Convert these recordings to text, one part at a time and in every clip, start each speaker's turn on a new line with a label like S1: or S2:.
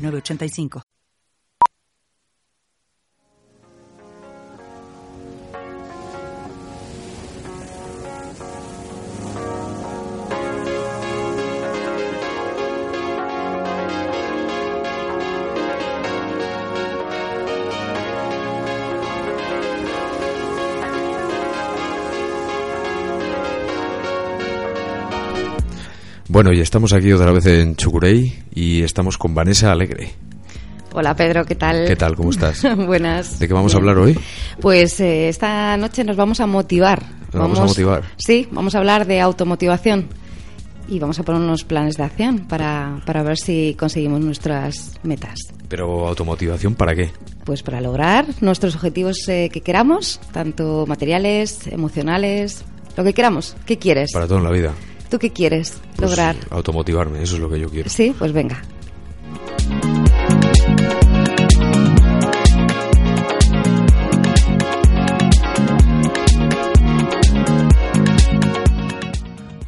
S1: 985.
S2: Bueno, y estamos aquí otra vez en Chucurey y estamos con Vanessa Alegre.
S3: Hola Pedro, ¿qué tal?
S2: ¿Qué tal? ¿Cómo estás?
S3: Buenas.
S2: ¿De qué vamos Bien. a hablar hoy?
S3: Pues eh, esta noche nos vamos a motivar.
S2: ¿Nos vamos, vamos, a motivar?
S3: Sí, vamos a hablar de automotivación y vamos a poner unos planes de acción para, para ver si conseguimos nuestras metas.
S2: ¿Pero automotivación para qué?
S3: Pues para lograr nuestros objetivos eh, que queramos, tanto materiales, emocionales, lo que queramos. ¿Qué quieres?
S2: Para eh, todo en la vida.
S3: ¿Tú qué quieres pues, lograr?
S2: Automotivarme, eso es lo que yo quiero.
S3: Sí, pues venga.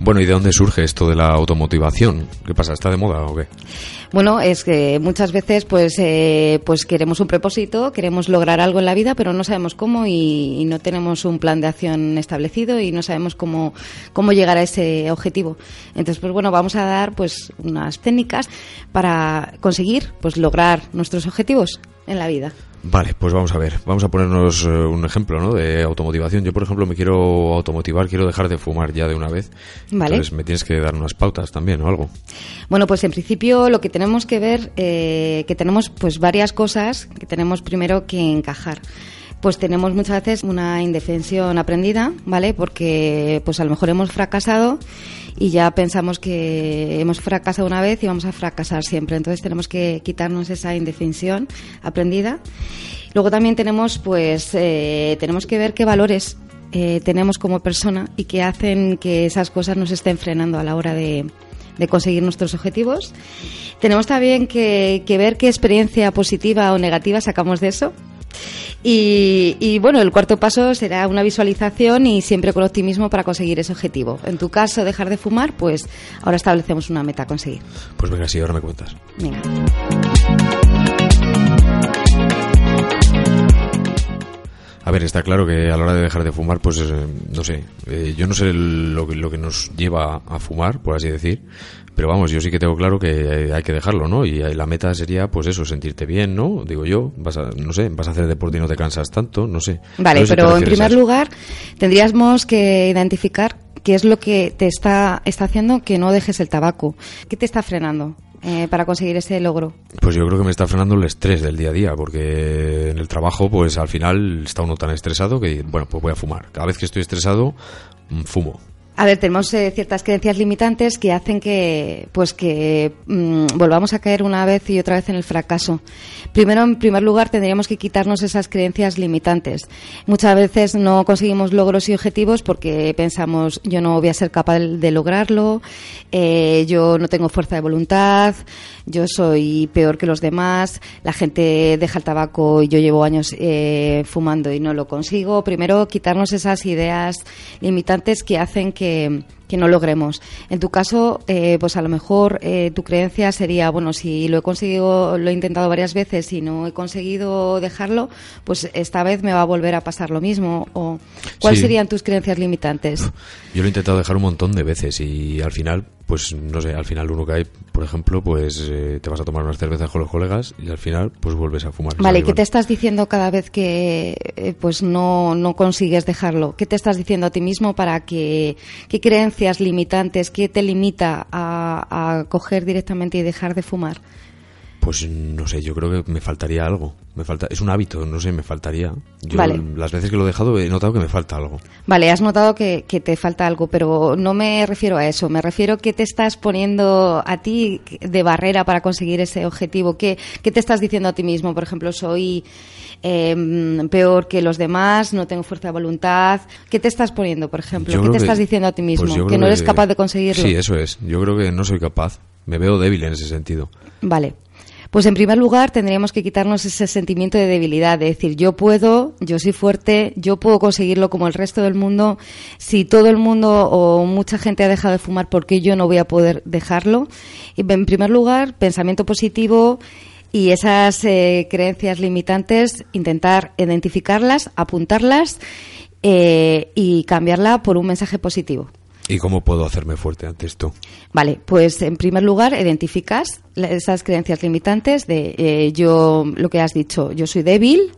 S2: Bueno, ¿y de dónde surge esto de la automotivación? ¿Qué pasa? ¿Está de moda o qué?
S3: Bueno, es que muchas veces pues, eh, pues queremos un propósito, queremos lograr algo en la vida, pero no sabemos cómo y, y, no tenemos un plan de acción establecido y no sabemos cómo, cómo llegar a ese objetivo. Entonces, pues bueno, vamos a dar pues unas técnicas para conseguir pues lograr nuestros objetivos en la vida.
S2: Vale, pues vamos a ver. Vamos a ponernos eh, un ejemplo, ¿no? De automotivación. Yo, por ejemplo, me quiero automotivar, quiero dejar de fumar ya de una vez.
S3: Vale.
S2: Entonces, me tienes que dar unas pautas también o algo.
S3: Bueno, pues en principio lo que tenemos que ver, eh, que tenemos pues varias cosas que tenemos primero que encajar pues tenemos muchas veces una indefensión aprendida, ¿vale? Porque pues a lo mejor hemos fracasado y ya pensamos que hemos fracasado una vez y vamos a fracasar siempre. Entonces tenemos que quitarnos esa indefensión aprendida. Luego también tenemos pues eh, tenemos que ver qué valores eh, tenemos como persona y qué hacen que esas cosas nos estén frenando a la hora de, de conseguir nuestros objetivos. Tenemos también que, que ver qué experiencia positiva o negativa sacamos de eso, y, y, bueno, el cuarto paso será una visualización y siempre con optimismo para conseguir ese objetivo. En tu caso, dejar de fumar, pues ahora establecemos una meta a conseguir.
S2: Pues venga, sí, ahora me cuentas.
S3: Venga.
S2: A ver, está claro que a la hora de dejar de fumar, pues eh, no sé, eh, yo no sé lo que, lo que nos lleva a fumar, por así decir, pero vamos, yo sí que tengo claro que hay que dejarlo, ¿no? Y la meta sería, pues eso, sentirte bien, ¿no? Digo yo, vas a, no sé, vas a hacer deporte y no te cansas tanto, no sé.
S3: Vale,
S2: no sé
S3: pero si en primer lugar tendríamos que identificar qué es lo que te está, está haciendo que no dejes el tabaco. ¿Qué te está frenando? Eh, para conseguir ese logro?
S2: Pues yo creo que me está frenando el estrés del día a día, porque en el trabajo, pues al final está uno tan estresado que, bueno, pues voy a fumar. Cada vez que estoy estresado, mm, fumo.
S3: A ver, tenemos eh, ciertas creencias limitantes que hacen que, pues que mmm, volvamos a caer una vez y otra vez en el fracaso. Primero, en primer lugar, tendríamos que quitarnos esas creencias limitantes. Muchas veces no conseguimos logros y objetivos porque pensamos yo no voy a ser capaz de lograrlo, eh, yo no tengo fuerza de voluntad, yo soy peor que los demás, la gente deja el tabaco y yo llevo años eh, fumando y no lo consigo. Primero, quitarnos esas ideas limitantes que hacen que que, que, no logremos. En tu caso, eh, pues a lo mejor eh, tu creencia sería, bueno, si lo he conseguido, lo he intentado varias veces y no he conseguido dejarlo, pues esta vez me va a volver a pasar lo mismo. O, ¿Cuáles
S2: sí.
S3: serían tus creencias limitantes?
S2: Yo lo he intentado dejar un montón de veces y al final, pues no sé, al final uno cae, por ejemplo, pues eh, te vas a tomar unas cervezas con los colegas y al final, pues vuelves a fumar.
S3: Vale, ¿qué bueno. te estás diciendo cada vez que pues no, no consigues dejarlo? ¿Qué te estás diciendo a ti mismo para que ¿Qué creencias limitantes, qué te limita a, a, coger directamente y dejar de fumar?
S2: Pues no sé, yo creo que me faltaría algo. Me falta, es un hábito, no sé, me faltaría. Yo
S3: Vale.
S2: las veces que lo he dejado he notado que me falta algo.
S3: Vale, has notado que, que te falta algo, pero no me refiero a eso. Me refiero que te estás poniendo a ti de barrera para conseguir ese objetivo. ¿Qué, qué te estás diciendo a ti mismo? Por ejemplo, soy eh, peor que los demás, no tengo fuerza de voluntad. ¿Qué te estás poniendo, por ejemplo?
S2: Yo
S3: ¿Qué
S2: creo
S3: te
S2: que-
S3: estás diciendo a ti mismo?
S2: pues yo
S3: que
S2: creo
S3: no eres capaz de conseguirlo.
S2: Sí, eso es. Yo creo que no soy capaz. Me veo débil en ese sentido.
S3: Vale. Pues en primer lugar tendríamos que quitarnos ese sentimiento de debilidad, de decir yo puedo, yo soy fuerte, yo puedo conseguirlo como el resto del mundo. Si todo el mundo o mucha gente ha dejado de fumar, ¿por qué yo no voy a poder dejarlo? Y en primer lugar, pensamiento positivo y esas eh, creencias limitantes, intentar identificarlas, apuntarlas eh, y cambiarla por un mensaje positivo.
S2: ¿Y cómo puedo hacerme fuerte ante esto?
S3: Vale, pues en primer lugar identificas la- esas creencias limitantes de eh, yo, lo que has dicho, yo soy débil,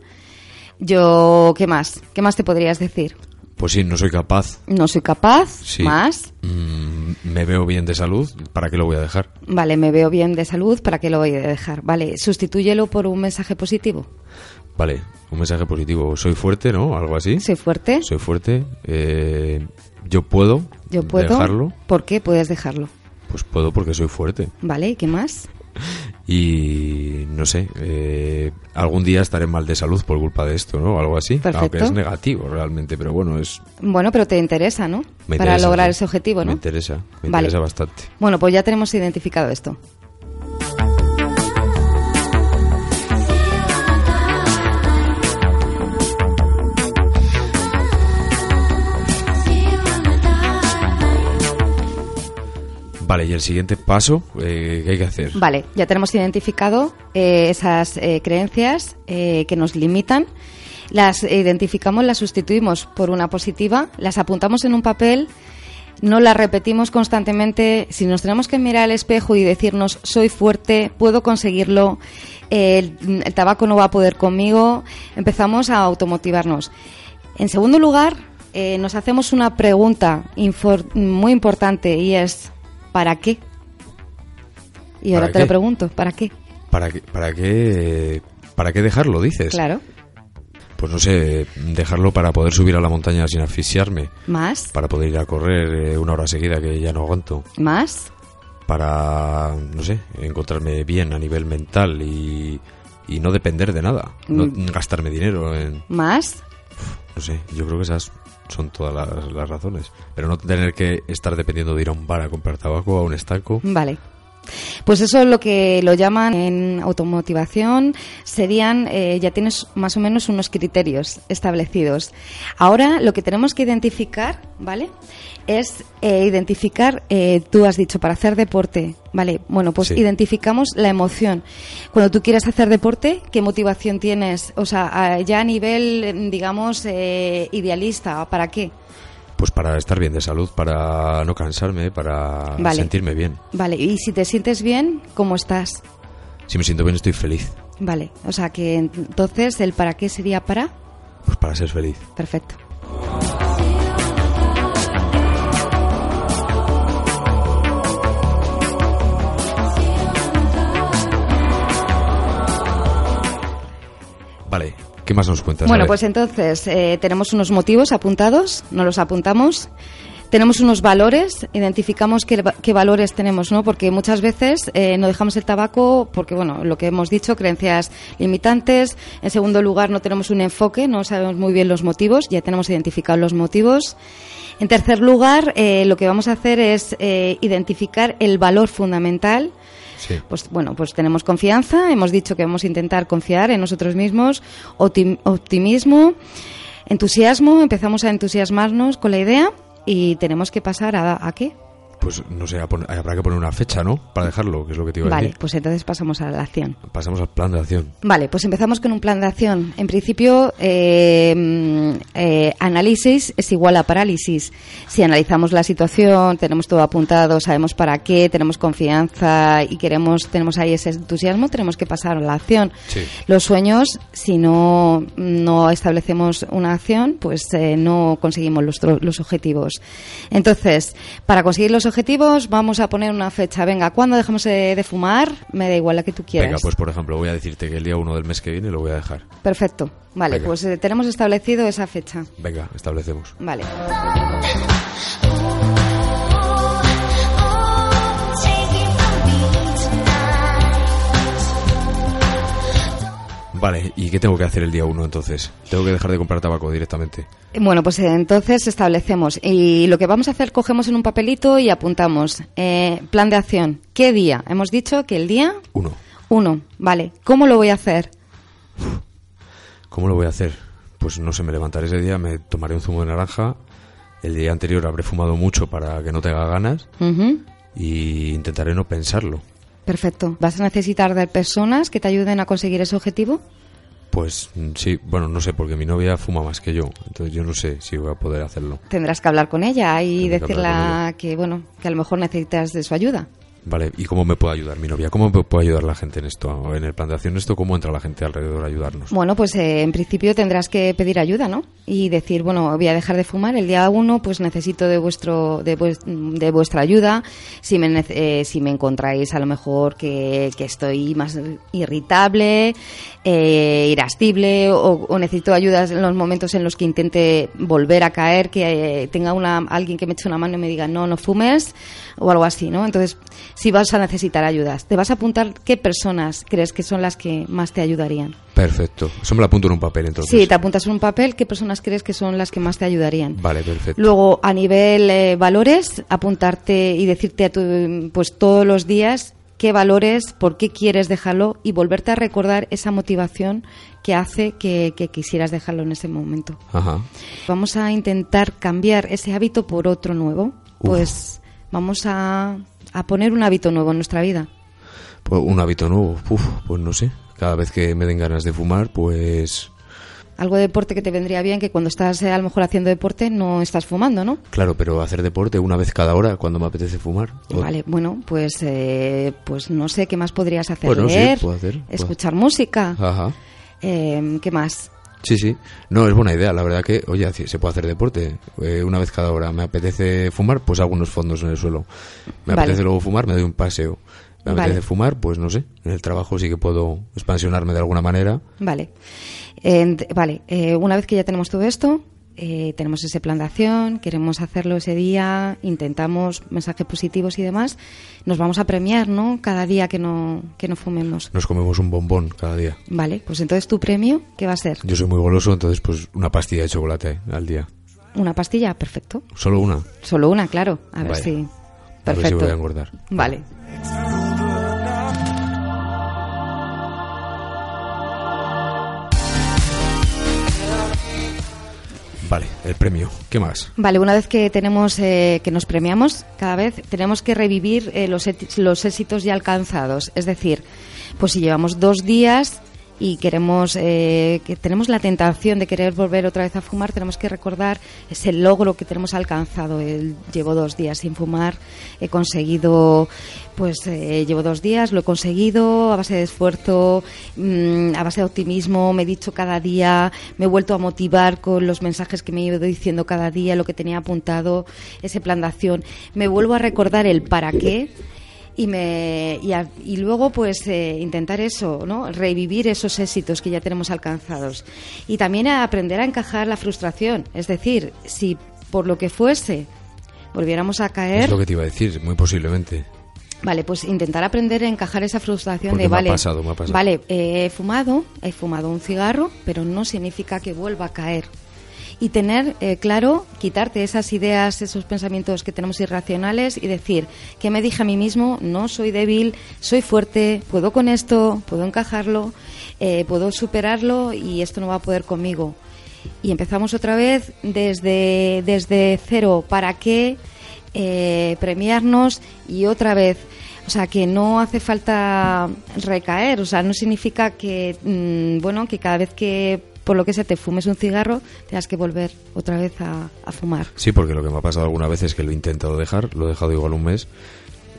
S3: yo, ¿qué más? ¿Qué más te podrías decir?
S2: Pues sí, no soy capaz.
S3: No soy capaz,
S2: Sí.
S3: más.
S2: Mm, me veo bien de salud. ¿Para qué lo voy a dejar?
S3: Vale, me veo bien de salud, ¿para qué lo voy a dejar? Vale, sustitúyelo por un mensaje positivo.
S2: Vale, un mensaje positivo. Soy fuerte, ¿no? Algo así.
S3: Soy fuerte,
S2: Soy fuerte. eh, yo puedo.
S3: yo puedo.
S2: Dejarlo.
S3: ¿Por qué puedes dejarlo?
S2: Pues puedo porque soy fuerte.
S3: Vale, ¿y qué más?
S2: Y no sé, eh, algún día estaré mal de salud por culpa de esto, ¿no? Algo así.
S3: Perfecto.
S2: Aunque es negativo realmente, pero bueno, es.
S3: Bueno, pero te interesa, ¿no?
S2: me
S3: Para
S2: interesa,
S3: lograr
S2: ¿no?
S3: ese objetivo, ¿no?
S2: Me interesa, me
S3: Vale.
S2: interesa bastante.
S3: Bueno, pues ya tenemos identificado esto.
S2: Vale, y el siguiente paso, eh, ¿qué hay que hacer?
S3: Vale, ya tenemos identificado eh, esas eh, creencias eh, que nos limitan. Las identificamos, las sustituimos por una positiva, las apuntamos en un papel, no las repetimos constantemente. Si nos tenemos que mirar al espejo y decirnos, soy fuerte, puedo conseguirlo, eh, el, el tabaco no va a poder conmigo, empezamos a automotivarnos. En segundo lugar, eh, nos hacemos una pregunta infor- muy importante y es, ¿para qué? Y ahora
S2: ¿Para
S3: te lo
S2: qué?
S3: pregunto, ¿para qué?
S2: ¿Para qué, para qué, para qué dejarlo, dices?
S3: Claro,
S2: Pues no sé, dejarlo para poder subir a la montaña sin asfixiarme,
S3: más,
S2: para poder ir a correr eh, una hora seguida que ya no aguanto,
S3: más,
S2: para, no sé, encontrarme bien a nivel mental y, y no depender de nada, no
S3: Mm.
S2: gastarme dinero en,
S3: más.
S2: no sé, yo creo que esas son todas las, las razones, pero no tener que estar dependiendo de ir a un bar a comprar tabaco, a un estaco.
S3: Vale. Pues eso es lo que lo llaman en automotivación, serían, eh, ya tienes más o menos unos criterios establecidos. Ahora lo que tenemos que identificar, ¿vale? Es eh, identificar, eh, tú has dicho, para hacer deporte, ¿vale? Bueno, pues
S2: Sí.
S3: identificamos la emoción. Cuando tú quieres hacer deporte, ¿qué motivación tienes? O sea, a- ya a nivel, digamos, eh, idealista, ¿para qué?
S2: Pues para estar bien de salud, para no cansarme, para
S3: Vale.
S2: sentirme bien.
S3: Vale, y si te sientes bien, ¿cómo estás?
S2: Si me siento bien estoy feliz,
S3: Vale, o sea que entonces el para qué sería para.
S2: pues para ser feliz.
S3: Perfecto.
S2: Vale, ¿qué más nos cuentas?
S3: Bueno,
S2: A ver.
S3: pues entonces eh, tenemos unos motivos apuntados, no los apuntamos. Tenemos unos valores, identificamos qué, va- qué valores tenemos, ¿no? Porque muchas veces eh, no dejamos el tabaco porque, bueno, lo que hemos dicho, creencias limitantes. En segundo lugar, no tenemos un enfoque, no sabemos muy bien los motivos, ya tenemos identificados los motivos. En tercer lugar, eh, lo que vamos a hacer es eh, identificar el valor fundamental,
S2: Sí.
S3: pues bueno, pues tenemos confianza, hemos dicho que vamos a intentar confiar en nosotros mismos, optim- optimismo, entusiasmo, empezamos a entusiasmarnos con la idea y tenemos que pasar a, a qué.
S2: Pues no sé, a pon- habrá que poner una fecha, ¿no? Para dejarlo, que es lo que te iba a
S3: Vale,
S2: decir.
S3: pues entonces pasamos a la acción.
S2: Pasamos al plan de acción.
S3: Vale, pues empezamos con un plan de acción. En principio, eh, mm, eh, análisis es igual a parálisis. Si analizamos la situación, tenemos todo apuntado, sabemos para qué, tenemos confianza y queremos, tenemos ahí ese entusiasmo, tenemos que pasar a la acción.
S2: Sí.
S3: Los sueños, si no, no establecemos una acción, pues eh, no conseguimos los, tro- los objetivos. Entonces, para conseguir los objetivos, vamos a poner una fecha. Venga, ¿cuándo dejamos eh, de, de fumar? Me da igual la que tú quieras.
S2: Venga, pues por ejemplo, voy a decirte que el día 1 del mes que viene lo voy a dejar.
S3: Perfecto. Vale,
S2: Venga.
S3: pues eh, tenemos establecido esa fecha.
S2: Venga, establecemos.
S3: Vale.
S2: Vale, ¿y qué tengo que hacer el día 1 entonces? Tengo que dejar de comprar tabaco directamente.
S3: Bueno, pues eh, entonces establecemos. Y lo que vamos a hacer, cogemos en un papelito y apuntamos. Eh, plan de acción. ¿Qué día? Hemos dicho que el día
S2: 1.
S3: 1. Vale. ¿Cómo lo voy a hacer?
S2: ¿Cómo lo voy a hacer? Pues no sé, me levantaré ese día, me tomaré un zumo de naranja. El día anterior habré fumado mucho para que no tenga ganas
S3: Ujú.
S2: y intentaré no pensarlo.
S3: Perfecto. ¿Vas a necesitar de personas que te ayuden a conseguir ese objetivo?
S2: Pues mm, sí, bueno, no sé, porque mi novia fuma más que yo, entonces yo no sé si voy a poder hacerlo.
S3: Tendrás que hablar con ella y
S2: Tendré que hablar con
S3: decirla
S2: ella.
S3: que, bueno, que a lo mejor necesitas de su ayuda.
S2: Vale, ¿y cómo me puede ayudar mi novia? ¿Cómo me puede ayudar la gente en esto? En el plan de acción esto, ¿cómo entra la gente alrededor a ayudarnos?
S3: Bueno, pues eh, en principio tendrás que pedir ayuda, ¿no? Y decir, bueno, voy a dejar de fumar el día uno, pues necesito de vuestro de, vues- de vuestra ayuda. Si me, nece- eh, si me encontráis a lo mejor que, que estoy más irritable, eh, irascible o, o necesito ayuda en los momentos en los que intente volver a caer, que eh, tenga una, alguien que me eche una mano y me diga, no, no fumes o algo así, ¿no? Entonces, si vas a necesitar ayudas, te vas a apuntar qué personas crees que son las que más te ayudarían.
S2: Perfecto, eso me lo apunto en un papel entonces.
S3: Sí, te apuntas en un papel qué personas crees que son las que más te ayudarían.
S2: Vale, perfecto.
S3: Luego, a nivel eh, valores, apuntarte y decirte a tu, pues todos los días qué valores, por qué quieres dejarlo y volverte a recordar esa motivación que hace que, que quisieras dejarlo en ese momento.
S2: Ajá.
S3: Vamos a intentar cambiar ese hábito por otro nuevo.
S2: Uf.
S3: Pues vamos a, a poner un hábito nuevo en nuestra vida.
S2: Pues un hábito nuevo, Uf, pues no sé. Cada vez que me den ganas de fumar, pues
S3: Algo de deporte que te vendría bien, que cuando estás eh, a lo mejor haciendo deporte no estás fumando, ¿no?
S2: claro, pero hacer deporte una vez cada hora cuando me apetece fumar. O-
S3: Vale, bueno, pues, eh, pues no sé qué más podrías hacer.
S2: Bueno, sí,
S3: Leer,
S2: puedo hacer, puedo.
S3: escuchar música,
S2: Ajá.
S3: eh, ¿qué más?
S2: Sí, sí. No, es buena idea. La verdad que, oye, si se puede hacer deporte. eh, una vez cada hora. Me apetece fumar, pues hago unos fondos en el suelo. Me
S3: Vale.
S2: apetece luego fumar, me doy un paseo. Me
S3: Vale.
S2: apetece fumar, pues no sé. En el trabajo sí que puedo expansionarme de alguna manera.
S3: Vale, En- vale eh, una vez que ya tenemos todo esto, eh, tenemos ese plan de acción, queremos hacerlo ese día, intentamos mensajes positivos y demás, nos vamos a premiar, ¿no? Cada día que no, que no fumemos.
S2: Nos comemos un bombón cada día.
S3: Vale, pues entonces tu premio, ¿qué va a ser?
S2: Yo soy muy goloso, entonces pues una pastilla de chocolate al día.
S3: ¿Una pastilla? Perfecto.
S2: Solo una.
S3: Solo una, claro. A ver
S2: Vaya.
S3: si...
S2: A ver si
S3: Perfecto.
S2: voy a engordar.
S3: Vale.
S2: Vale, el premio. ¿Qué más?
S3: Vale, una vez que tenemos eh, que nos premiamos, cada vez tenemos que revivir eh, los, eti- los éxitos ya alcanzados. Es decir, pues si llevamos dos días y queremos eh, que tenemos la tentación de querer volver otra vez a fumar, tenemos que recordar ese logro que tenemos alcanzado. El, llevo dos días sin fumar, he conseguido, pues eh, llevo dos días, lo he conseguido a base de esfuerzo, mm, a base de optimismo, me he dicho cada día, me he vuelto a motivar con los mensajes que me he ido diciendo cada día, lo que tenía apuntado, ese plan de acción. Me vuelvo a recordar el para qué y, me, y, a- y luego pues eh, intentar eso, ¿no? Revivir esos éxitos que ya tenemos alcanzados. Y también a aprender a encajar la frustración. Es decir, si por lo que fuese volviéramos a
S2: Es
S3: caer,
S2: lo que te iba a decir, muy posiblemente.
S3: Vale, pues intentar aprender a encajar esa frustración
S2: Porque
S3: de
S2: me ha
S3: vale.
S2: pasado, me ha pasado.
S3: Vale, eh, he fumado, he fumado un cigarro, pero no significa que vuelva a caer. Y tener eh, claro, quitarte esas ideas, esos pensamientos que tenemos irracionales y decir, que me dije a mí mismo? No soy débil, soy fuerte, puedo con esto, puedo encajarlo, eh, puedo superarlo y esto no va a poder conmigo. Y empezamos otra vez desde, desde cero. ¿Para qué? eh, premiarnos y otra vez. O sea, que no hace falta recaer. O sea, no significa que, mm, bueno, que cada vez que por lo que sea te fumes un cigarro, tengas que volver otra vez a, a fumar.
S2: Sí, porque lo que me ha pasado alguna vez es que lo he intentado dejar, lo he dejado igual un mes,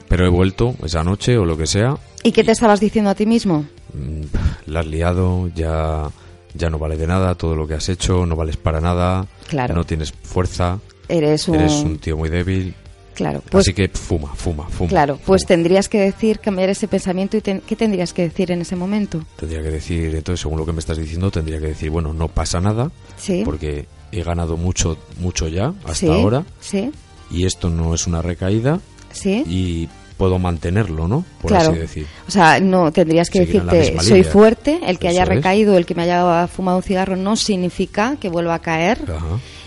S2: pero he vuelto esa noche o lo que sea,
S3: ¿Y qué te estabas diciendo a ti mismo?
S2: mm, la has liado, ya, ya no vale de nada todo lo que has hecho, no vales para nada,
S3: Claro.
S2: no tienes fuerza,
S3: Eres un...
S2: eres un tío muy débil.
S3: Claro, pues
S2: Así que fuma, fuma, fuma.
S3: Claro, pues
S2: fuma.
S3: tendrías que decir, cambiar ese pensamiento y ten- ¿qué tendrías que decir en ese momento?
S2: Tendría que decir, entonces, según lo que me estás diciendo, tendría que decir, bueno, no pasa nada,
S3: Sí.
S2: porque he ganado mucho, mucho ya hasta
S3: sí,
S2: ahora,
S3: Sí,
S2: y esto no es una recaída,
S3: sí.
S2: y puedo mantenerlo, ¿no? Por
S3: claro.
S2: así decir.
S3: O sea, no tendrías que
S2: Seguir en la
S3: decirte,
S2: misma
S3: soy
S2: línea".
S3: fuerte, el que
S2: Eso
S3: haya
S2: es.
S3: recaído, el que me haya fumado un cigarro no significa que vuelva a caer.
S2: Ajá.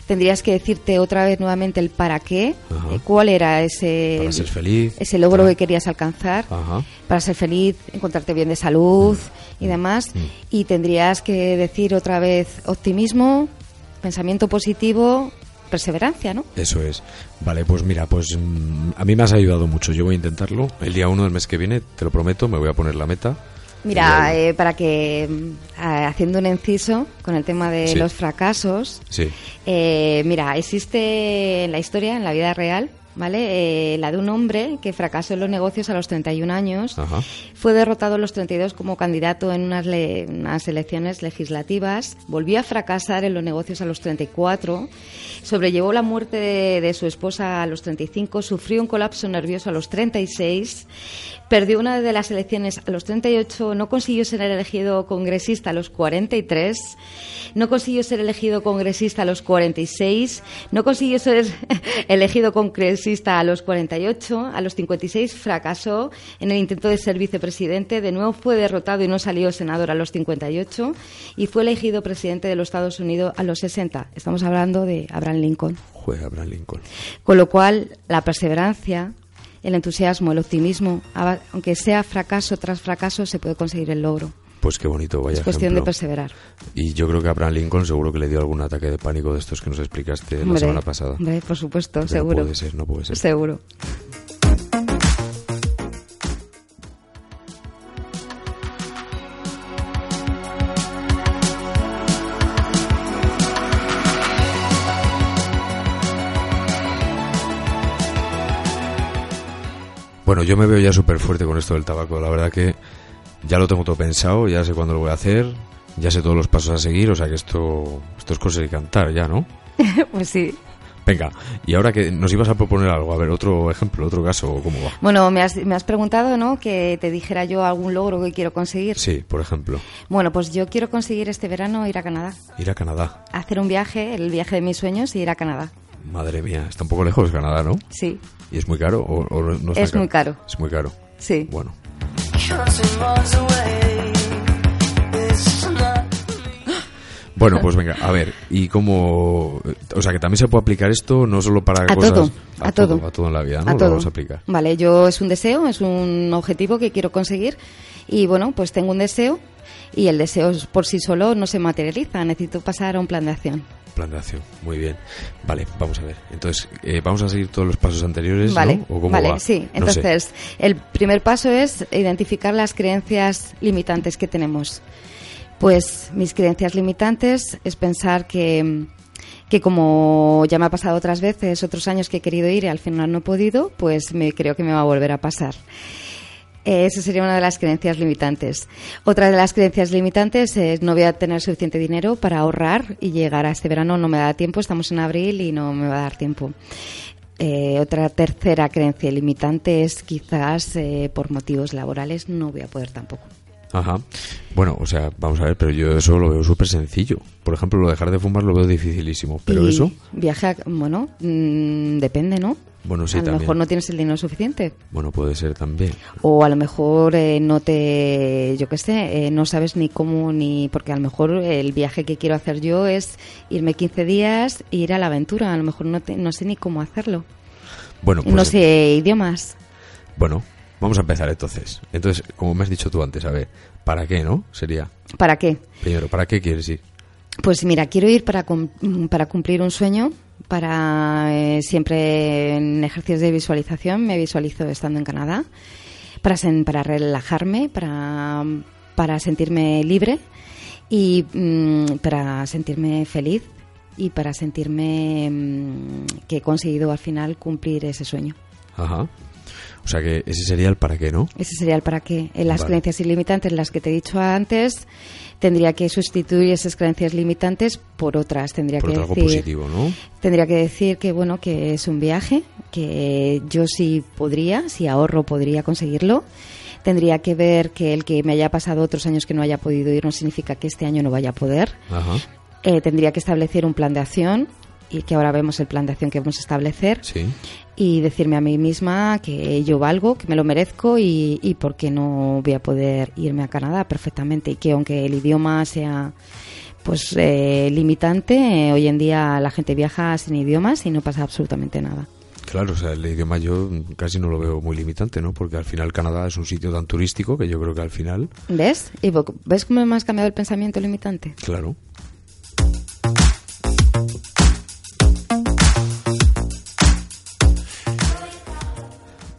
S3: Tendrías que decirte otra vez nuevamente el para qué,
S2: Ajá.
S3: eh, cuál era ese
S2: Para ser feliz. Ah.
S3: ese logro
S2: para-
S3: que querías alcanzar.
S2: Ajá.
S3: para ser feliz, encontrarte bien de salud y demás.
S2: Mm.
S3: Y tendrías que decir otra vez optimismo, pensamiento positivo, perseverancia, ¿no?
S2: Eso es. Vale, pues mira, pues mm, a mí me has ayudado mucho. Yo voy a intentarlo. El día 1 del mes que viene, te lo prometo, me voy a poner la meta.
S3: Mira,
S2: Y ahí-
S3: eh, para que, mm, a- haciendo un inciso con el tema de
S2: Sí.
S3: los fracasos,
S2: Sí.
S3: eh, mira, existe en la historia, en la vida real, ¿vale? Eh, la de un hombre que fracasó en los negocios a los 31 años.
S2: Ajá.
S3: Fue derrotado a los 32 como candidato en unas, le- unas elecciones legislativas, volvió a fracasar en los negocios a los 34, sobrellevó la muerte de, de su esposa a los 35, sufrió un colapso nervioso a los 36, perdió una de las elecciones a los 38, no consiguió ser elegido congresista a los 43, no consiguió ser elegido congresista a los 46, no consiguió ser elegido congresista a los 48, a los 56 fracasó en el intento de ser vicepresidente, de nuevo fue derrotado y no salió senador a los 58 y fue elegido presidente de los Estados Unidos a los 60. Estamos hablando de Abraham Lincoln.
S2: Joder, Abraham Lincoln.
S3: Con lo cual, la perseverancia, el entusiasmo, el optimismo, a- aunque sea fracaso tras fracaso, se puede conseguir el logro.
S2: Pues qué bonito, vaya
S3: es cuestión de
S2: ejemplo.
S3: perseverar.
S2: Y yo creo que a Abraham Lincoln seguro que le dio algún ataque de pánico de estos que nos explicaste la
S3: Hombre,
S2: semana pasada.
S3: hombre, por supuesto,
S2: Porque
S3: seguro.
S2: No puede ser, no puede ser.
S3: Seguro.
S2: Bueno, yo me veo ya súper fuerte con esto del tabaco. La verdad que ya lo tengo todo pensado, ya sé cuándo lo voy a hacer, ya sé todos los pasos a seguir, o sea que esto, esto es cosa de cantar ya, ¿no?
S3: pues sí.
S2: Venga, y ahora que nos ibas a proponer algo, a ver, otro ejemplo, otro caso, ¿cómo va?
S3: Bueno, me has, me has preguntado, ¿no? Que te dijera yo algún logro que quiero conseguir.
S2: Sí, por ejemplo,
S3: Bueno, pues yo quiero conseguir este verano ir a Canadá.
S2: ir a Canadá.
S3: Hacer un viaje, el viaje de mis sueños y ir a Canadá.
S2: Madre mía, está un poco lejos Canadá, ¿no?
S3: Sí,
S2: ¿Y es muy caro o, o no está
S3: Es muy caro.
S2: Es muy caro.
S3: sí.
S2: Bueno, Bueno, pues venga, a ver, y cómo... O sea, que también se puede aplicar esto no solo para
S3: A
S2: cosas...
S3: todo, a todo.
S2: A todo en la vida, ¿no?
S3: A
S2: Lo
S3: todo.
S2: vamos a aplicar.
S3: Vale, yo es un deseo, es un objetivo que quiero conseguir y bueno, pues tengo un deseo y el deseo por sí solo no se materializa, necesito pasar a un plan de acción.
S2: Plan de acción, muy bien. Vale, vamos a ver. Entonces, eh, vamos a seguir todos los pasos anteriores,
S3: Vale,
S2: ¿no? ¿O cómo
S3: vale,
S2: va?
S3: sí.
S2: No sé.
S3: Entonces, el primer paso es identificar las creencias limitantes que tenemos. Pues mis creencias limitantes es pensar que, que como ya me ha pasado otras veces, otros años que he querido ir y al final no he podido, pues me creo que me va a volver a pasar. Eh, Esa sería una de las creencias limitantes. Otra de las creencias limitantes es no voy a tener suficiente dinero para ahorrar y llegar a este verano no me da tiempo, estamos en abril y no me va a dar tiempo. Eh, otra tercera creencia limitante es quizás eh, por motivos laborales no voy a poder tampoco.
S2: Ajá. Bueno, o sea, vamos a ver, pero yo eso lo veo súper sencillo. Por ejemplo, lo de dejar de fumar lo veo dificilísimo. Pero
S3: Y
S2: eso,
S3: Viaja, bueno, mm, depende, ¿no?
S2: bueno, Pues sí,
S3: a lo
S2: también.
S3: mejor no tienes el dinero suficiente.
S2: Bueno, puede ser también.
S3: O a lo mejor eh, no te, yo qué sé, eh, no sabes ni cómo ni. Porque a lo mejor el viaje que quiero hacer yo es irme 15 días e ir a la aventura. A lo mejor no, te- no sé ni cómo hacerlo.
S2: Bueno, pues,
S3: no sé idiomas.
S2: Bueno, vamos a empezar entonces. Entonces, como me has dicho tú antes, a ver, ¿para qué, no? Sería,
S3: ¿Para qué?
S2: primero, ¿para qué quieres ir?
S3: Pues mira, quiero ir para, cum- mm, para cumplir un sueño. Para eh, siempre en ejercicios de visualización me visualizo estando en Canadá. Para, sen- para relajarme, para, para sentirme libre y mm, para sentirme feliz y para sentirme mm, que he conseguido al final cumplir ese sueño.
S2: Ajá. O sea que ese sería el para qué, ¿no?
S3: Ese sería el para qué. En las
S2: Vale.
S3: creencias ilimitantes, las que te he dicho antes, tendría que sustituir esas creencias limitantes por otras. Tendría
S2: Por
S3: que
S2: otro, algo
S3: decir,
S2: positivo, ¿no?
S3: Tendría que decir que bueno, que es un viaje, que yo sí podría, si ahorro podría conseguirlo. Tendría que ver que el que me haya pasado otros años que no haya podido ir no significa que este año no vaya a poder.
S2: Ajá.
S3: Eh, tendría que establecer un plan de acción y que ahora vemos el plan de acción que vamos a establecer
S2: Sí.
S3: y decirme a mí misma que yo valgo, que me lo merezco y, y por qué no voy a poder irme a Canadá perfectamente y que aunque el idioma sea pues eh, limitante, eh, hoy en día la gente viaja sin idiomas y no pasa absolutamente nada.
S2: Claro, o sea, el idioma yo casi no lo veo muy limitante, ¿no? Porque al final Canadá es un sitio tan turístico que yo creo que al final,
S3: ¿Ves? Y vo- ¿Ves cómo me has cambiado el pensamiento limitante?
S2: claro.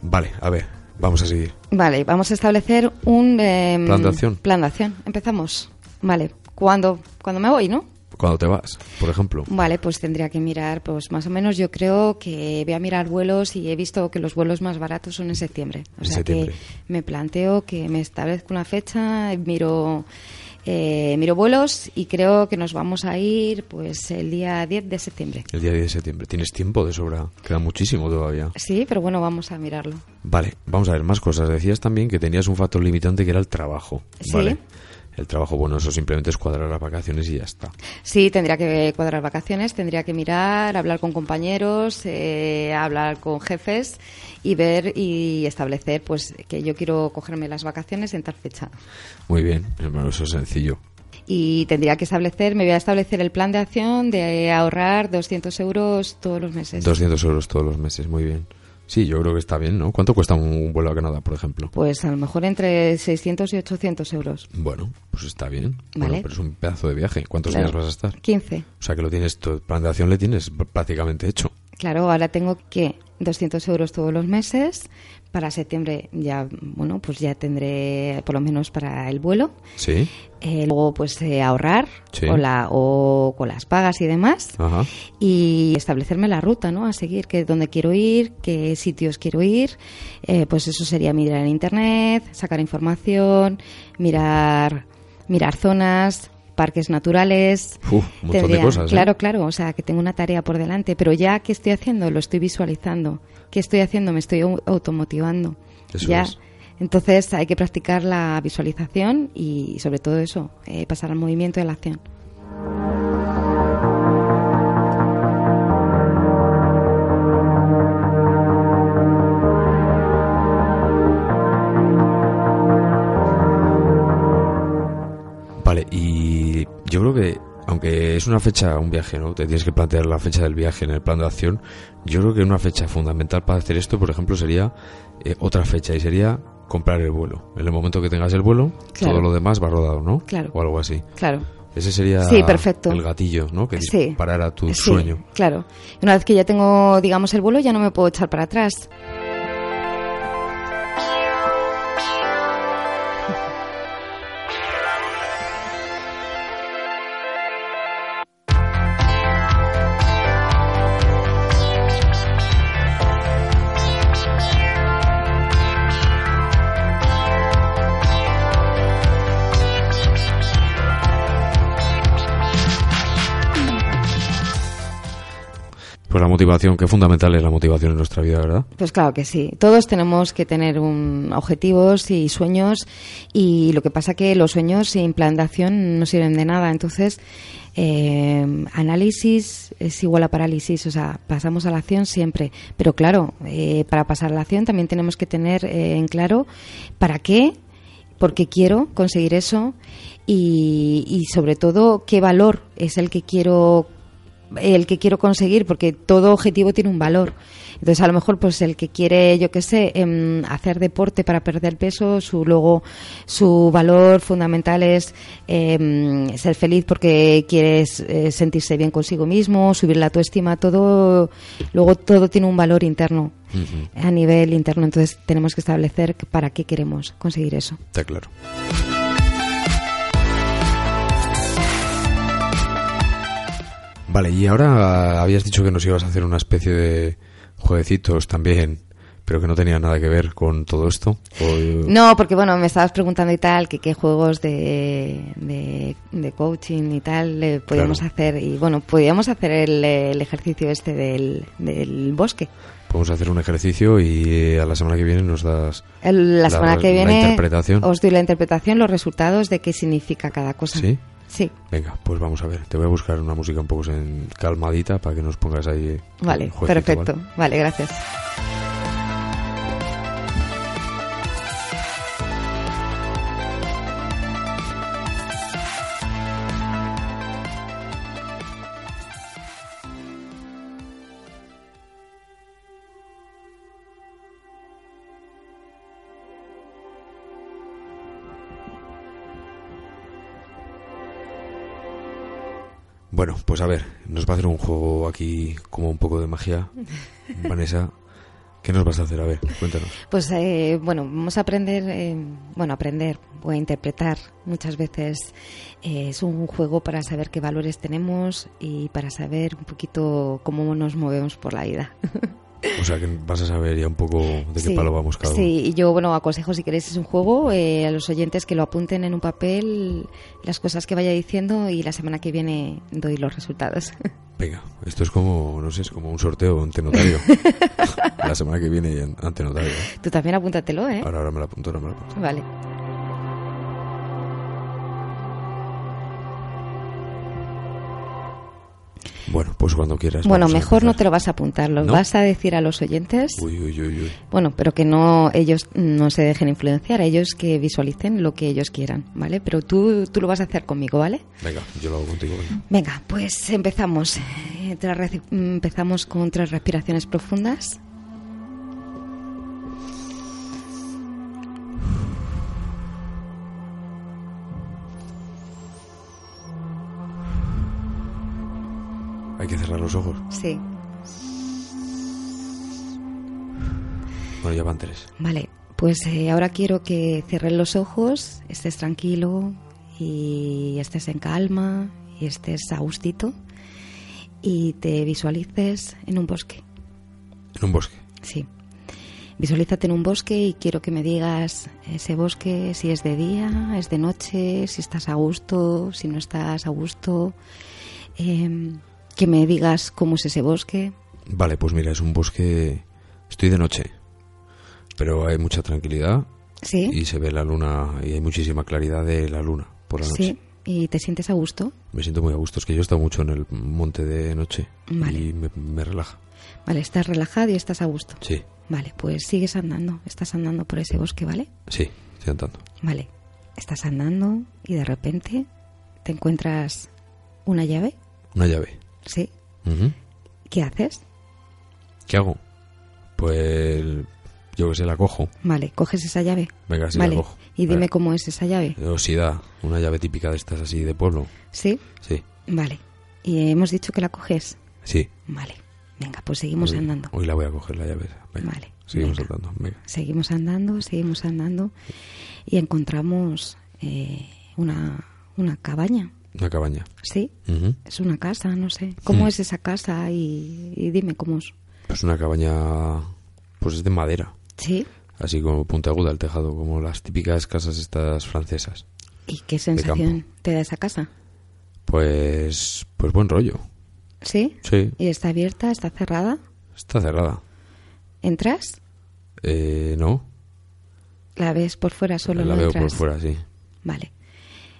S2: Vale, a ver, vamos a seguir.
S3: Vale, vamos a establecer un... eh,
S2: Plan de acción.
S3: plan de acción. Empezamos. Vale. ¿Cuándo? Cuando me voy, ¿no?
S2: Cuando te vas, por ejemplo.
S3: Vale, pues tendría que mirar, pues más o menos yo creo que voy a mirar vuelos y he visto que los vuelos más baratos son en septiembre. O
S2: En
S3: sea
S2: septiembre.
S3: que me planteo que me establezco una fecha, miro, eh, miro vuelos y creo que nos vamos a ir pues el día 10 de septiembre.
S2: El día 10 de septiembre. Tienes tiempo de sobra. Queda muchísimo todavía.
S3: Sí, pero bueno, vamos a mirarlo.
S2: Vale, vamos a ver más cosas. Decías también que tenías un factor limitante que era el trabajo.
S3: Sí.
S2: Vale. El trabajo, bueno, eso simplemente es cuadrar las vacaciones y ya está.
S3: Sí, tendría que cuadrar vacaciones, tendría que mirar, hablar con compañeros, eh, hablar con jefes y ver y establecer pues que yo quiero cogerme las vacaciones en tal fecha.
S2: Muy bien, hermano, eso es sencillo.
S3: Y tendría que establecer, me voy a establecer el plan de acción de ahorrar 200 euros todos los meses.
S2: 200 euros todos los meses, muy bien. Sí, yo creo que está bien, ¿no? ¿Cuánto cuesta un vuelo a Canadá, por ejemplo?
S3: Pues a lo mejor entre 600 y 800 euros.
S2: Bueno, pues está bien. Bueno,
S3: Vale.
S2: pero es un pedazo de viaje. ¿Cuántos
S3: Claro.
S2: días vas a estar?
S3: 15.
S2: O sea que lo tienes, tu plan de acción le tienes pr- prácticamente hecho.
S3: Claro, ahora tengo que 200 euros todos los meses. Para septiembre ya, bueno, pues ya tendré por lo menos para el vuelo.
S2: Sí.
S3: Eh, luego pues eh, ahorrar
S2: Sí. Ah.
S3: o, la- o con las pagas y demás.
S2: Ajá.
S3: y establecerme la ruta, ¿no? A seguir, que dónde quiero ir, qué sitios quiero ir, eh, pues eso sería mirar en internet, sacar información, mirar, mirar zonas, parques naturales.
S2: Uf, un montón de cosas, ¿eh?
S3: Claro, claro, o sea, que tengo una tarea por delante, pero ya que estoy haciendo, lo estoy visualizando, qué estoy haciendo, me estoy au- automotivando.
S2: Eso
S3: ya.
S2: es.
S3: Entonces hay que practicar la visualización y sobre todo eso, eh, pasar al movimiento y a la acción.
S2: Vale, y yo creo que, aunque es una fecha, un viaje, ¿no? Te tienes que plantear la fecha del viaje en el plan de acción. Yo creo que una fecha fundamental para hacer esto, por ejemplo, sería eh, otra fecha y sería comprar el vuelo. En el momento que tengas el vuelo,
S3: Claro.
S2: todo lo demás va rodado, ¿no?
S3: Claro.
S2: O algo así.
S3: Claro.
S2: Ese sería
S3: Sí, perfecto.
S2: el gatillo, ¿no? Que
S3: Sí.
S2: disparara tu
S3: Sí,
S2: sueño.
S3: Claro. Una vez que ya tengo, digamos, el vuelo, ya no me puedo echar para atrás.
S2: Pues la motivación, que fundamental es la motivación en nuestra vida, ¿verdad?
S3: Pues claro que sí. Todos tenemos que tener un, objetivos y sueños y lo que pasa que los sueños sin plan de acción no sirven de nada. Entonces, eh, análisis es igual a parálisis. O sea, pasamos a la acción siempre. Pero claro, eh, para pasar a la acción también tenemos que tener eh, en claro para qué, porque quiero conseguir eso y, y sobre todo qué valor es el que quiero el que quiero conseguir porque todo objetivo tiene un valor entonces a lo mejor pues el que quiere yo qué sé em, hacer deporte para perder peso su luego su valor fundamental es em, ser feliz porque quieres eh, sentirse bien consigo mismo subir la autoestima todo luego todo tiene un valor interno
S2: Ujú,
S3: a nivel interno. Entonces tenemos que establecer que para qué queremos conseguir eso.
S2: Está claro. Vale, y ahora habías dicho que nos ibas a hacer una especie de jueguecitos también, pero que no tenía nada que ver con todo esto. O-
S3: No, porque bueno, me estabas preguntando y tal, que qué juegos de, de, de coaching y tal eh, podíamos
S2: Claro.
S3: hacer. Y bueno, podíamos hacer el, eh, el ejercicio este del, del bosque.
S2: Podemos hacer un ejercicio y eh, a la semana que viene nos das...
S3: El- la,
S2: La-
S3: semana que
S2: la
S3: viene
S2: interpretación.
S3: os doy la interpretación, los resultados de qué significa cada cosa.
S2: ¿Sí?
S3: Sí,
S2: Venga, pues vamos a ver. Te voy a buscar una música un poco sen- calmadita para que nos pongas ahí... eh,
S3: vale,
S2: un jueguito,
S3: perfecto.
S2: ¿vale?
S3: vale, gracias.
S2: Bueno, pues a ver, nos va a hacer un juego aquí como un poco de magia. Vanessa, ¿qué nos vas a hacer? A ver, cuéntanos.
S3: Pues eh, bueno, vamos a aprender, eh, bueno, aprender o a interpretar muchas veces. eh, es un juego para saber qué valores tenemos y para saber un poquito cómo nos movemos por la vida.
S2: O sea, que vas a saber ya un poco de qué
S3: Sí,
S2: palo vamos cada uno.
S3: Sí, y yo, bueno, aconsejo si queréis es un juego eh, a los oyentes que lo apunten en un papel las cosas que vaya diciendo y la semana que viene doy los resultados.
S2: Venga, esto es como, no sé, es como un sorteo ante notario. la semana que viene ante notario. ¿eh?
S3: Tú también apúntatelo, ¿eh?
S2: Ahora, ahora me la apunto, ahora me la apunto.
S3: Vale.
S2: Bueno, pues cuando quieras.
S3: Bueno,
S2: vamos a
S3: mejor no te
S2: empezar.
S3: lo vas a apuntar, lo
S2: ¿No?
S3: vas a decir a los oyentes.
S2: Uy, uy, uy, uy.
S3: Bueno, pero que no ellos no se dejen influenciar, ellos que visualicen lo que ellos quieran, ¿vale? Pero tú, tú lo vas a hacer conmigo, ¿vale?
S2: Venga, yo lo hago contigo. venga.
S3: Venga, pues empezamos. Eh, tras reci- empezamos con tres respiraciones profundas.
S2: Hay que cerrar los ojos.
S3: Sí,
S2: Bueno, ya van tres.
S3: vale. Pues eh, ahora quiero que cierres los ojos, estés tranquilo y estés en calma y estés a gustito y te visualices en un bosque.
S2: En un bosque.
S3: Sí. Visualízate en un bosque y quiero que me digas ese bosque si es de día, es de noche, si estás a gusto, si no estás a gusto. Em, que me digas cómo es ese bosque.
S2: Vale, pues mira, es un bosque. Estoy de noche. Pero hay mucha tranquilidad
S3: Sí.
S2: y se ve la luna y hay muchísima claridad de la luna por la noche.
S3: sí. Y te sientes a gusto.
S2: Me siento muy a gusto. Es que yo he estado mucho en el monte de noche
S3: Vale.
S2: y me, me relaja.
S3: Vale, estás relajado y estás a gusto.
S2: Sí,
S3: Vale, pues sigues andando. Estás andando por ese bosque, ¿vale?
S2: sí, estoy andando.
S3: Vale. Estás andando y de repente te encuentras una llave.
S2: Una llave.
S3: Sí.
S2: Ujú.
S3: ¿Qué haces?
S2: ¿Qué hago? Pues yo que sé, la cojo.
S3: Vale, coges esa llave.
S2: Venga, sí,
S3: vale.
S2: la cojo.
S3: Y dime
S2: Vale.
S3: cómo es esa llave.
S2: Osidad, una llave típica de estas así de pueblo.
S3: ¿Sí?
S2: Sí,
S3: Vale. Y hemos dicho que la coges.
S2: sí.
S3: Vale. Venga, pues seguimos
S2: hoy,
S3: andando.
S2: Hoy la voy a coger la llave. esa. Venga,
S3: Vale,
S2: Seguimos
S3: venga.
S2: andando. Venga.
S3: Seguimos andando, seguimos andando y encontramos eh, una, una cabaña.
S2: Una cabaña.
S3: ¿Sí?
S2: Ujú.
S3: Es una casa, no sé. ¿Cómo
S2: Mm.
S3: es esa casa? Y, y dime cómo es.
S2: Pues una cabaña, pues es de madera,
S3: ¿Sí?
S2: así como puntiaguda el tejado, como las típicas casas estas francesas.
S3: ¿Y qué sensación
S2: campo.
S3: te da esa casa?
S2: Pues, pues buen rollo.
S3: ¿Sí?
S2: Sí,
S3: ¿Y está abierta? ¿Está cerrada?
S2: está cerrada.
S3: ¿Entras?
S2: Eh, no,
S3: ¿La ves por fuera solo?
S2: la
S3: no
S2: veo
S3: entras?
S2: por fuera, sí.
S3: Vale.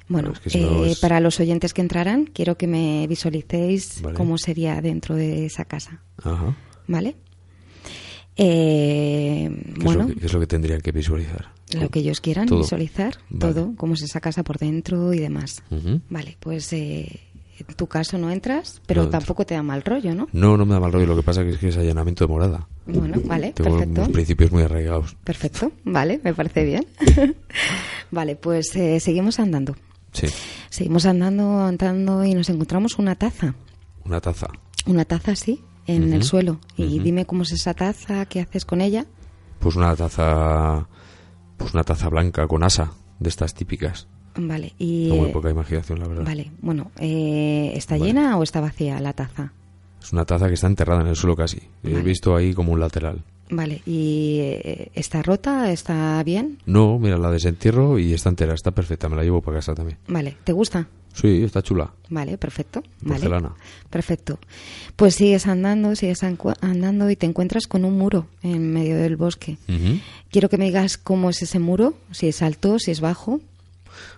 S3: Bueno,
S2: Claro, es que si no
S3: eh,
S2: es-
S3: para los oyentes que entrarán, quiero que me visualicéis
S2: Vale.
S3: cómo sería dentro de esa casa,
S2: Ajá.
S3: ¿vale? Eh,
S2: ¿Qué,
S3: bueno,
S2: es lo que, qué es lo que tendrían que visualizar?
S3: lo que ellos quieran
S2: Todo.
S3: visualizar,
S2: Vale.
S3: todo, cómo es esa casa por dentro y demás.
S2: Ujú.
S3: Vale, pues eh, en tu caso no entras, pero
S2: No entro.
S3: tampoco te da mal rollo, ¿no?
S2: No, no me da mal rollo, lo que pasa que es que es allanamiento de morada.
S3: Bueno, vale,
S2: Tengo
S3: perfecto.
S2: unos principios muy arraigados.
S3: Perfecto, vale, me parece bien. vale, pues eh, seguimos andando.
S2: Sí,
S3: Seguimos andando, andando y nos encontramos una taza.
S2: una taza.
S3: Una taza así, en el
S2: Ujú.
S3: suelo. Y
S2: Ujú.
S3: dime cómo es esa taza, qué haces con ella.
S2: Pues una taza, pues una taza blanca con asa, de estas típicas.
S3: Vale, y...
S2: Con muy
S3: eh,
S2: poca imaginación, la verdad.
S3: Vale, bueno, eh, ¿está
S2: Vale.
S3: llena o está vacía la taza?
S2: Es una taza que está enterrada en el suelo casi. He
S3: Vale.
S2: visto ahí como un lateral.
S3: Vale, ¿y eh, está rota? ¿Está bien?
S2: No, mira, la desentierro y está entera, está perfecta, me la llevo para casa también.
S3: Vale, ¿te gusta?
S2: Sí, está chula.
S3: Vale, perfecto.
S2: Porcelana.
S3: Vale, perfecto. Pues sigues andando, sigues ancu- andando y te encuentras con un muro en medio del bosque.
S2: Ujú.
S3: Quiero que me digas cómo es ese muro, si es alto, si es bajo.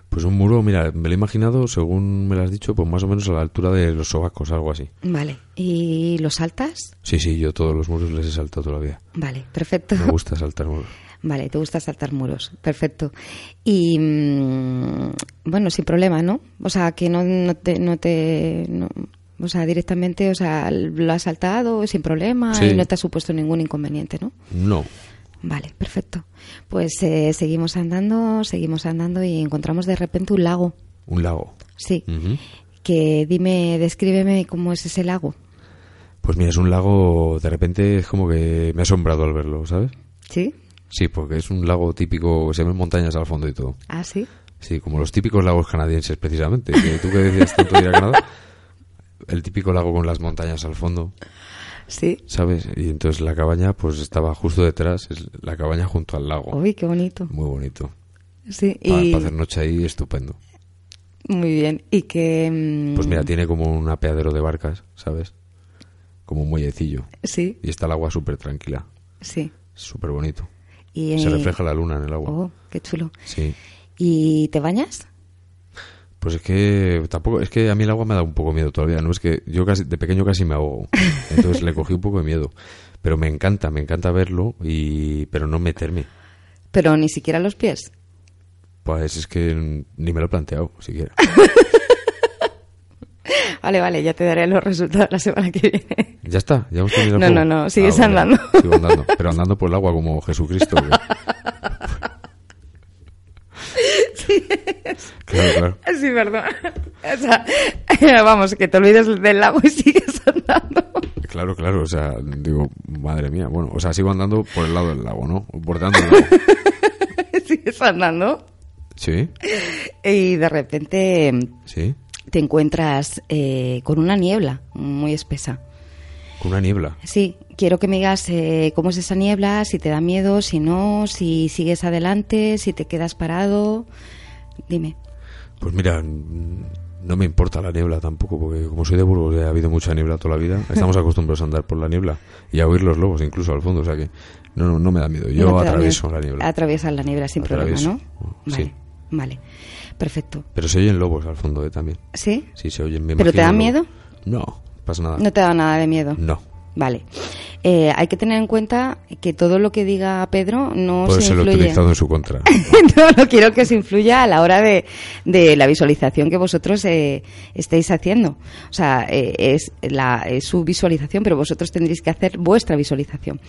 S2: Pues un muro, mira, me lo he imaginado, según me lo has dicho, pues más o menos a la altura de los sobacos, algo así.
S3: Vale, ¿y lo saltas?
S2: Sí, sí, yo todos los muros les he saltado todavía.
S3: Vale, perfecto.
S2: Me gusta saltar muros.
S3: Vale, te gusta saltar muros, perfecto. Y mm, bueno, sin problema, ¿no? O sea, que no, no te... No te no- o sea, directamente, o sea, lo has saltado sin problema
S2: Sí.
S3: y no te ha supuesto ningún inconveniente, ¿no?
S2: No,
S3: Vale, perfecto. Pues eh, seguimos andando, seguimos andando y encontramos de repente un lago.
S2: un lago.
S3: Sí.
S2: Ujú.
S3: Que dime, descríbeme cómo es ese lago.
S2: Pues mira, es un lago, de repente es como que me ha asombrado al verlo, ¿sabes?
S3: ¿Sí?
S2: Sí, porque es un lago típico, se ven montañas al fondo y todo.
S3: Ah, sí.
S2: Sí, como los típicos lagos canadienses, precisamente. que tú que decías tanto de ir a Canadá, el típico lago con las montañas al fondo,
S3: Sí.
S2: ¿sabes? Y entonces la cabaña, pues estaba justo detrás, es la cabaña junto al lago.
S3: Uy, qué bonito.
S2: Muy bonito.
S3: Sí.
S2: Para,
S3: Y...
S2: Oh. hacer noche ahí, estupendo.
S3: Muy bien. Y que... mm,
S2: Pues mira, tiene como un apeadero de barcas, ¿sabes? Como un muellecillo.
S3: Sí,
S2: Y está el agua súper tranquila,
S3: sí.
S2: súper bonito.
S3: Y,
S2: Se
S3: eh,
S2: refleja la luna en el agua.
S3: Oh, qué chulo.
S2: Sí.
S3: ¿Y te bañas?
S2: Pues es que tampoco, es que a mí el agua me ha dado un poco miedo todavía, ¿no? Es que yo casi, de pequeño casi me ahogo, entonces le cogí un poco de miedo. Pero me encanta, me encanta verlo y, pero no meterme.
S3: Pero ni siquiera los pies.
S2: Pues es que ni me lo he planteado siquiera.
S3: Vale, vale, ya te daré los resultados la semana que viene.
S2: Ya está, ya hemos terminado. el
S3: No,
S2: juego. Ah,
S3: no, no, sigues
S2: vale,
S3: andando.
S2: Sigo andando, pero andando por el agua como Jesucristo. que- Claro, claro.
S3: Sí, perdón. O sea, vamos, que te olvides del lago y sigues andando.
S2: Claro, claro, o sea, digo, madre mía, bueno, o sea, sigo andando por el lado del lago, ¿no? O Bordando el lago.
S3: Sigues andando
S2: Sí,
S3: y de repente
S2: sí,
S3: te encuentras eh, con una niebla muy espesa.
S2: con una niebla.
S3: Sí, quiero que me digas eh, cómo es esa niebla, si te da miedo, si no, si sigues adelante, si te quedas parado. Dime.
S2: Pues mira, mm, no me importa la niebla tampoco, porque como soy de Burgos ya ha habido mucha niebla toda la vida, estamos acostumbrados a andar por la niebla y a oír los lobos incluso al fondo, o sea que no, no, no me da miedo, yo
S3: No te da
S2: atravieso
S3: miedo.
S2: la niebla.
S3: Atraviesas la niebla sin
S2: Atravieso.
S3: problema,
S2: Sí.
S3: ¿no? Vale, vale. Perfecto.
S2: Pero se oyen lobos al fondo eh, también.
S3: ¿Sí?
S2: Sí, se oyen. me
S3: ¿Pero te
S2: imagino
S3: da
S2: lo-
S3: miedo?
S2: No, pasa nada.
S3: No te da nada de miedo.
S2: No.
S3: Vale. Eh, hay que tener en cuenta que todo lo que diga Pedro no
S2: Puede
S3: se
S2: ser
S3: influye.
S2: utilizado en su contra.
S3: no, no quiero que se influya a la hora de, de la visualización que vosotros eh, estéis haciendo. O sea, eh, es, la, es su visualización, pero vosotros tendréis que hacer vuestra visualización.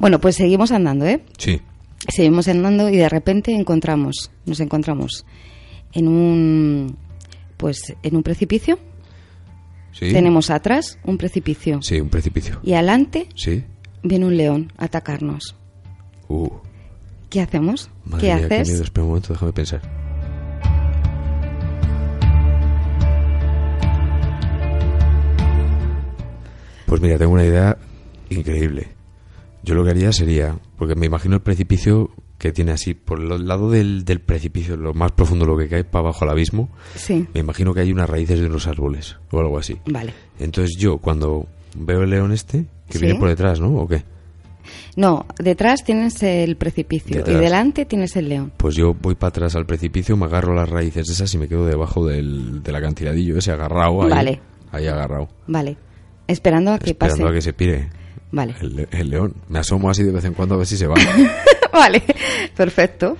S3: Bueno, pues seguimos andando, ¿eh?
S2: Sí.
S3: Seguimos andando y de repente encontramos, nos encontramos en un, pues, en un precipicio.
S2: Sí.
S3: Tenemos atrás un precipicio
S2: Sí, un precipicio.
S3: y adelante
S2: Sí.
S3: viene un león a atacarnos.
S2: Uh,
S3: ¿Qué hacemos?
S2: madre
S3: ¿Qué
S2: mía, qué
S3: haces?
S2: miedo. Espera un momento, déjame pensar. Pues mira, tengo una idea increíble. Yo lo que haría sería, porque me imagino el precipicio que tiene así, por el lado del, del precipicio, lo más profundo, lo que cae para abajo al abismo,
S3: Sí.
S2: me imagino que hay unas raíces de unos árboles o algo así.
S3: Vale.
S2: Entonces yo, cuando veo el león este, que
S3: Sí.
S2: viene por detrás, ¿no? ¿O qué?
S3: No, detrás tienes el precipicio
S2: Detrás.
S3: y delante tienes el león.
S2: Pues yo voy para atrás al precipicio, me agarro las raíces esas y me quedo debajo del, del acantiladillo ese agarrado ahí.
S3: Vale.
S2: Ahí agarrado.
S3: Vale. Esperando a que
S2: esperando
S3: pase.
S2: a que se pire
S3: Vale.
S2: el, le- el león. Me asomo así de vez en cuando a ver si se va.
S3: vale. Perfecto.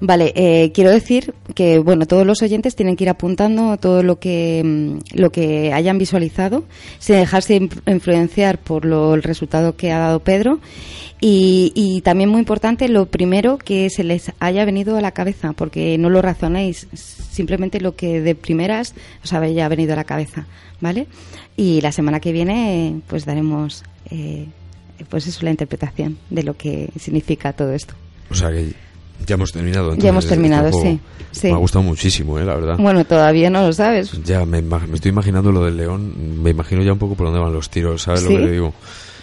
S3: Vale, eh, quiero decir que bueno, todos los oyentes tienen que ir apuntando todo lo que mm, lo que hayan visualizado, sin dejarse inf- influenciar por lo, el resultado que ha dado Pedro y, y también muy importante lo primero que se les haya venido a la cabeza, porque no lo razonéis, simplemente lo que de primeras os haya venido a la cabeza, ¿vale? Y la semana que viene eh, pues daremos eh, pues eso la interpretación de lo que significa todo esto.
S2: o sea que ya hemos terminado. entonces,
S3: Ya hemos
S2: este
S3: terminado,
S2: juego.
S3: sí, sí.
S2: Me ha gustado muchísimo, eh, la verdad.
S3: Bueno, todavía no lo sabes.
S2: Ya, me, ima- me estoy imaginando lo del león. Me imagino ya un poco por dónde van los tiros, ¿sabes
S3: ¿Sí?
S2: lo que te digo?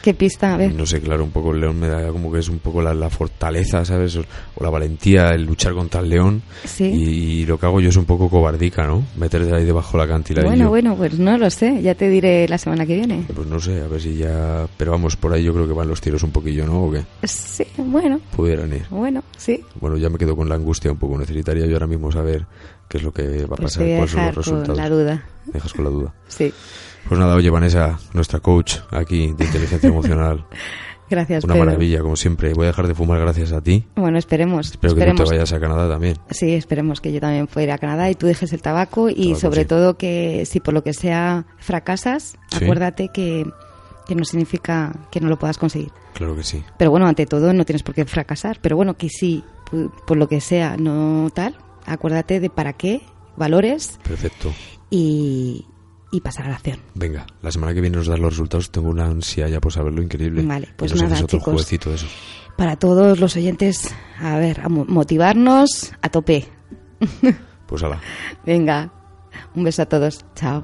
S3: ¿Qué pista? A ver.
S2: No sé, claro, un poco el león me da como que es un poco la, la fortaleza, ¿sabes? O, o la valentía, el luchar contra el león.
S3: Sí.
S2: Y, y lo que hago yo es un poco cobardica, ¿no? Meterte ahí debajo la cantilada.
S3: Bueno, bueno, pues no lo sé. Ya te diré la semana que viene.
S2: Pues no sé, a ver si ya... Pero vamos, por ahí yo creo que van los tiros un poquillo, ¿no? ¿O qué?
S3: Sí, bueno.
S2: Pudieran ir.
S3: Bueno, sí.
S2: Bueno, ya me quedo con la angustia un poco. Necesitaría yo ahora mismo saber qué es lo que va a
S3: Pues
S2: pasar,
S3: te voy a
S2: cuáles son los
S3: dejar con
S2: resultados.
S3: la duda.
S2: Me Dejas con la duda.
S3: Sí.
S2: Pues nada, oye, Vanessa, nuestra coach aquí de inteligencia emocional.
S3: Gracias,
S2: Una
S3: Pedro.
S2: maravilla, como siempre. Voy a dejar de fumar gracias a ti.
S3: Bueno, esperemos.
S2: Espero que no
S3: esperemos.
S2: te vayas a Canadá también.
S3: Sí, esperemos que yo también pueda ir a Canadá y tú dejes el tabaco y
S2: Tabaco,
S3: sobre
S2: sí.
S3: todo que si por lo que sea fracasas,
S2: Sí.
S3: acuérdate que, que no significa que no lo puedas conseguir.
S2: Claro que sí.
S3: Pero bueno, ante todo no tienes por qué fracasar, pero bueno, que sí, pu- por lo que sea no tal, acuérdate de para qué, valores
S2: Perfecto.
S3: y, y pasar a la acción.
S2: Venga, la semana que viene nos das los resultados. Tengo una ansia ya por saberlo increíble.
S3: Vale, pues
S2: Entonces
S3: nada,
S2: es otro
S3: chicos.
S2: jueguecito de eso.
S3: Para todos los oyentes, a ver, a mo- motivarnos a tope.
S2: Pues hala.
S3: Venga, un beso a todos, chao.